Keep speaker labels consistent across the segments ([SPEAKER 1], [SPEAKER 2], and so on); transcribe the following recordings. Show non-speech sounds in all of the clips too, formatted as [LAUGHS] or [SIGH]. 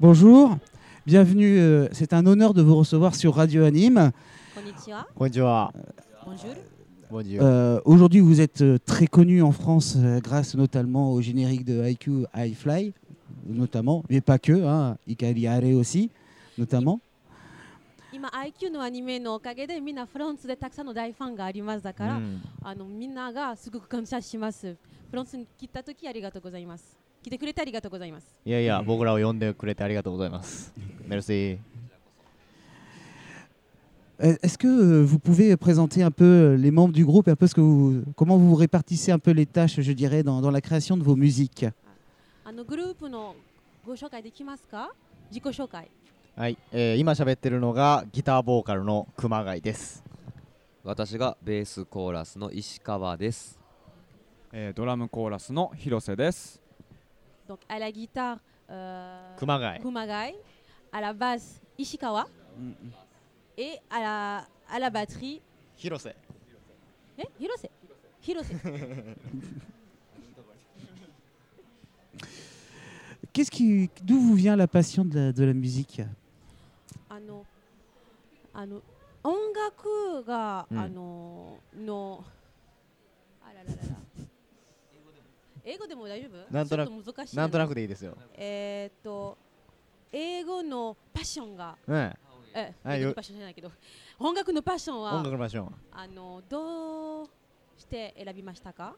[SPEAKER 1] Bonjour, bienvenue. euh, C'est un honneur de vous recevoir sur Radio Anime.
[SPEAKER 2] Konnichiwa.
[SPEAKER 3] Bonjour.
[SPEAKER 2] Bonjour.
[SPEAKER 3] Bonjour.
[SPEAKER 1] Euh, Aujourd'hui, vous êtes euh, très connu en France euh, grâce notamment au générique de IQ High Fly, notamment, mais pas que, hein, Ikari Are aussi, notamment.
[SPEAKER 2] 今 IQ のアニメのおかげでみんなフランスでたくさんの大ファンがありますだから、あのみんながすごく感謝しますフランスに来た時ありがとうございます来てくれてありがとうございます
[SPEAKER 3] いやいや、僕らを呼んでくれてありがとうございます。Merci.
[SPEAKER 1] Euh, Est-ce que euh, vous pouvez présenter un peu euh, les membres du groupe et un peu ce que vous, comment vous répartissez un peu les tâches, je dirais, dans, dans la création de vos musiques
[SPEAKER 2] あのグループのご紹介できますか自己紹介
[SPEAKER 3] はい、えー今喋ってるのがギターボーカルの熊谷です。
[SPEAKER 4] 私がベースコーラスの石川です
[SPEAKER 5] えードラムコーラスの広瀬です。
[SPEAKER 2] Donc, à la guitare euh,
[SPEAKER 3] 熊谷。
[SPEAKER 2] Kumagai à la basse Ishikawa et à la, à la batterie
[SPEAKER 3] 広瀬。
[SPEAKER 2] eh, Hirose Hirose
[SPEAKER 1] Qu'est-ce qui, d'où vous vient la passion de la, de la musique
[SPEAKER 2] あのあの音楽が、
[SPEAKER 3] うん
[SPEAKER 2] あののあららら
[SPEAKER 3] [LAUGHS]
[SPEAKER 2] ら英語でも大丈夫
[SPEAKER 3] なんとなく
[SPEAKER 2] ちょっ難しい
[SPEAKER 3] なんとなくでいいですよ。
[SPEAKER 2] えーっと英語のパッションが
[SPEAKER 3] うん。
[SPEAKER 2] え
[SPEAKER 3] あ
[SPEAKER 2] 英語の
[SPEAKER 3] よ
[SPEAKER 2] パッションじゃないけど音楽のパッション
[SPEAKER 3] 音
[SPEAKER 2] は
[SPEAKER 3] 楽の場所。
[SPEAKER 2] あのどうして選びましたか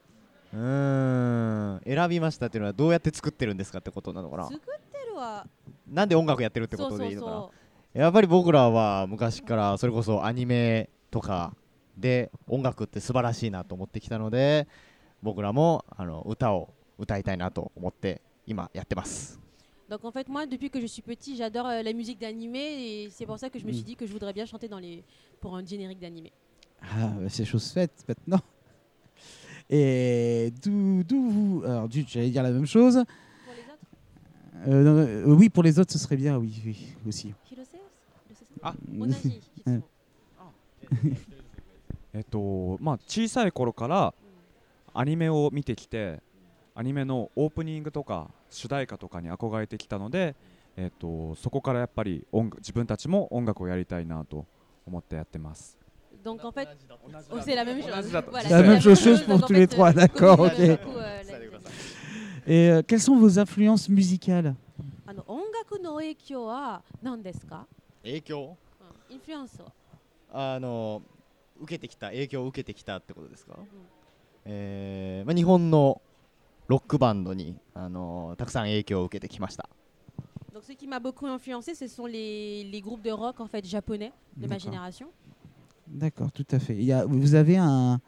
[SPEAKER 3] うーん。選びましたっていうのはどうやって作ってるんですかってことなのかな
[SPEAKER 2] 作。ってるは
[SPEAKER 3] なんで音楽やってるって
[SPEAKER 2] そ
[SPEAKER 3] こ
[SPEAKER 2] う
[SPEAKER 3] と
[SPEAKER 2] そ
[SPEAKER 3] で
[SPEAKER 2] う
[SPEAKER 3] いいのかな。
[SPEAKER 2] そ
[SPEAKER 3] やっぱり僕らは昔からそれこそアニメとかで音楽って素晴らしいなと思ってきたので僕らもあの歌を歌いたいなと思って今やってます。
[SPEAKER 2] う Donc en fait moi depuis que je suis petit j'adore euh, la musique d'animé et c'est pour ça que je me
[SPEAKER 1] Mm.
[SPEAKER 2] suis dit que je voudrais bien chanter dans les pour un générique d'animé.
[SPEAKER 1] Ah, bah, c'est chose faite maintenant. Et d'où d'où vous. Alors, du- j'allais dire la même chose.
[SPEAKER 2] Pour les autres,
[SPEAKER 1] Euh, non, euh, oui, pour les autres, ce serait bien, oui, oui, aussi.
[SPEAKER 2] Hirose Hirose 同
[SPEAKER 1] Mm.
[SPEAKER 2] じいつも。
[SPEAKER 5] えっとまあ小さい頃からアニメを見てきて、アニメのオープニングとか主題歌とかに憧れてきたので、えっとそこからやっぱり音楽自分たちも音楽をやりたいなと思ってやってます。
[SPEAKER 2] Donc en fait, oh, c'est la même chose. Voilà,
[SPEAKER 1] C'est la même chose pour
[SPEAKER 2] donc, en
[SPEAKER 1] tous les
[SPEAKER 2] fait,
[SPEAKER 1] trois,
[SPEAKER 2] euh,
[SPEAKER 1] d'accord,
[SPEAKER 2] comme
[SPEAKER 1] ok.
[SPEAKER 2] ils adorent beaucoup, euh, la- la-
[SPEAKER 1] Et euh, quelles sont vos influences musicales
[SPEAKER 2] あの音楽の影響は何ですか？
[SPEAKER 3] 影響
[SPEAKER 2] インフルエンスは。
[SPEAKER 3] あの受けてきた影響を受けてきたってことですか、
[SPEAKER 2] ん
[SPEAKER 3] えーまあ、日本のロックバンドにあのたくさん影響を受けてきました。
[SPEAKER 2] Donc ce qui m'a beaucoup influencé, ce sont les, les groupes de rock en fait japonais de ma
[SPEAKER 1] D'accord.
[SPEAKER 2] génération.
[SPEAKER 1] D'accord, tout à fait. Il y a, vous avez un,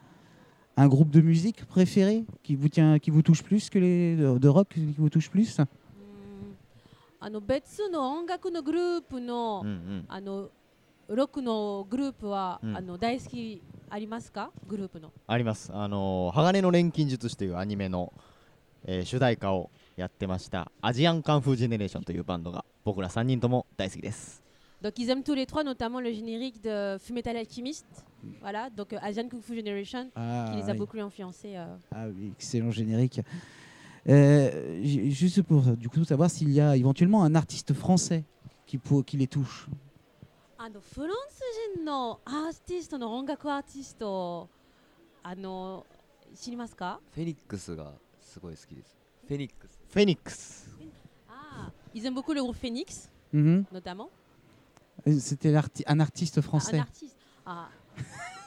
[SPEAKER 1] un groupe de musique préféré qui vous, tient, qui vous touche plus que les. de, de rock qui vous touche plus
[SPEAKER 2] うんあの別の音楽のグループの、
[SPEAKER 1] Hmm.
[SPEAKER 3] うんうん
[SPEAKER 2] あのロックのグループは、
[SPEAKER 3] うん
[SPEAKER 1] Hmm.
[SPEAKER 2] あの大好きありますか？グループの。
[SPEAKER 3] あります。あの鋼の錬金術師というアニメの、えー主題歌をやってましたアジアンカンフージェネレーションというバンドが僕ら3人とも大好きです。
[SPEAKER 2] Donc ils aiment tous les trois, notamment le générique de Fumetal Alchemist. Voilà, donc euh, Asian Kung Fu Generation,
[SPEAKER 1] ah,
[SPEAKER 2] qui les a
[SPEAKER 1] oui.
[SPEAKER 2] beaucoup influencés. euh.
[SPEAKER 1] Ah oui, excellent générique. Euh, ju- juste pour du coup savoir s'il y a éventuellement un artiste français qui, pour, qui les touche.
[SPEAKER 2] あのフランス人のアーティストの音楽アーティストあの知りますか
[SPEAKER 4] フェニックスがすごい好きですフェニックス
[SPEAKER 3] フェニックス
[SPEAKER 2] ah. Ils aiment beaucoup le groupe Phoenix,
[SPEAKER 1] Mhm.
[SPEAKER 2] notamment.
[SPEAKER 1] Euh, C'était l'arti- un artiste
[SPEAKER 2] Ah,
[SPEAKER 1] français.
[SPEAKER 2] un artiste.
[SPEAKER 1] [LAUGHS]
[SPEAKER 2] Ah.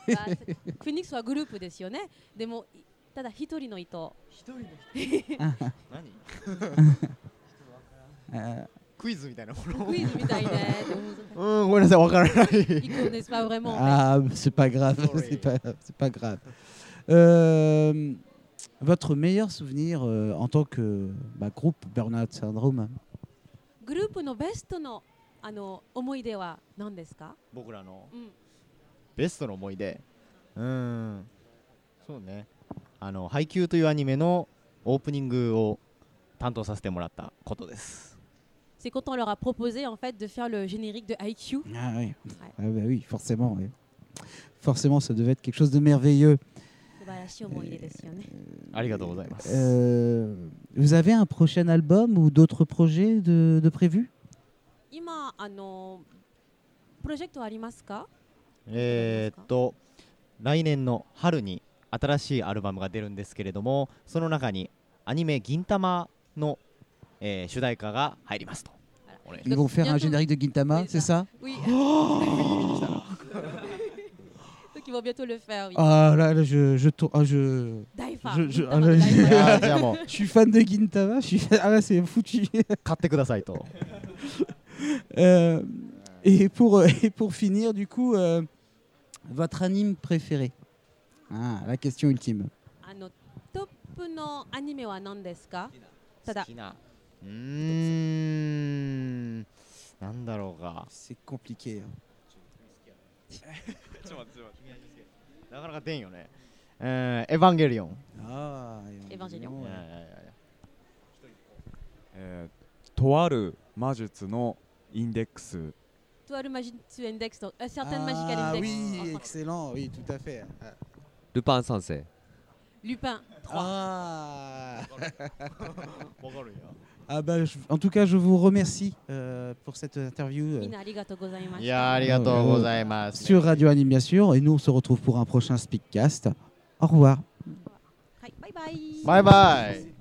[SPEAKER 2] Bah, c'est- Phoenix はグループですよね。でも、いただ一人の人。 [LAUGHS]
[SPEAKER 3] 何
[SPEAKER 1] Ah, Euh,
[SPEAKER 3] クイズみたいなもの
[SPEAKER 2] クイズみたいね。
[SPEAKER 1] [LAUGHS]
[SPEAKER 3] うんごめんなさいわからない
[SPEAKER 2] Ils connaissent pas vraiment. en
[SPEAKER 1] ah,
[SPEAKER 2] fait.
[SPEAKER 1] c'est pas grave,
[SPEAKER 3] Sorry.
[SPEAKER 1] [LAUGHS] c'est pas, c'est pas grave. Euh, votre meilleur souvenir euh, en tant que bah, groupe Burnout Syndrome
[SPEAKER 2] グループのベストのあの思い出は何ですか、
[SPEAKER 3] 僕らの
[SPEAKER 2] うん、
[SPEAKER 3] ベストの思い出うーんそうねあの「ハイキュー」というアニメのオープニングを担当させてもらったことです、
[SPEAKER 2] C'est quand on leur a proposé en fait de faire le générique de IQ.
[SPEAKER 1] Ah oui, Ah bah oui forcément. oui. Forcément, ça devait être quelque chose de merveilleux.
[SPEAKER 2] 素晴らしい思い出ですよね。
[SPEAKER 3] ありがとうございます、
[SPEAKER 1] Euh, vous avez un prochain album ou d'autres projets de, de prévus
[SPEAKER 2] 今あのプロジェクトありますか
[SPEAKER 3] えーっと来年の春に新しいアルバムが出るんですけれどもその中にアニメ「銀魂の」えー主題歌が入りますと
[SPEAKER 2] あら
[SPEAKER 3] お願いし
[SPEAKER 1] Ils vont faire un
[SPEAKER 2] Bientôt.
[SPEAKER 1] générique de Gintama,
[SPEAKER 2] Oui,
[SPEAKER 1] c'est ça
[SPEAKER 2] Oui.
[SPEAKER 1] Oh!
[SPEAKER 2] [LAUGHS] Donc ils vont bientôt le faire. Oui.
[SPEAKER 1] Ah là, là, je, je, tour- ah, je,
[SPEAKER 2] Daifa.
[SPEAKER 1] je- je-
[SPEAKER 2] Gintama
[SPEAKER 1] ah, là,
[SPEAKER 2] de
[SPEAKER 1] je-
[SPEAKER 3] ます
[SPEAKER 2] Daifa.
[SPEAKER 3] [LAUGHS] あーじゃあもう
[SPEAKER 1] je suis fan de Gintama, je suis, ah là c'est foutu. [LAUGHS]
[SPEAKER 3] 買ってくださいと
[SPEAKER 1] Euh, et, pour, euh, et pour finir, du coup, euh, votre anime préféré ah, La question ultime.
[SPEAKER 2] あのトップのアニメは何ですか？ただ
[SPEAKER 3] 好きなうーんなんだろうか
[SPEAKER 1] C'est compliqué. hein.
[SPEAKER 3] なかなか出んよねえーエヴァンゲリオン
[SPEAKER 1] Ah,
[SPEAKER 2] Evangelion.
[SPEAKER 3] いやい
[SPEAKER 1] ouais.
[SPEAKER 3] やいやいや
[SPEAKER 5] えーとある魔術のインデックス
[SPEAKER 2] Toi le Magic Index, donc, euh, certaines Magical
[SPEAKER 1] Ah
[SPEAKER 2] Index.
[SPEAKER 1] oui,
[SPEAKER 2] Enfin,
[SPEAKER 1] excellent, oui, tout à fait.
[SPEAKER 4] ルパン三世
[SPEAKER 2] Lupin 3.
[SPEAKER 1] Ah,
[SPEAKER 3] わかるんや
[SPEAKER 1] Ah bah, je- en tout cas, je vous remercie euh, pour cette interview. euh,
[SPEAKER 2] みんなありがとうございま
[SPEAKER 3] い
[SPEAKER 2] し
[SPEAKER 3] やー
[SPEAKER 2] た
[SPEAKER 3] あ。りがとうございます
[SPEAKER 1] sur Radio Anime, bien sûr. Et nous, on se retrouve pour un prochain Speakcast. Au revoir.
[SPEAKER 2] はい、バイバイ。
[SPEAKER 3] バイバイ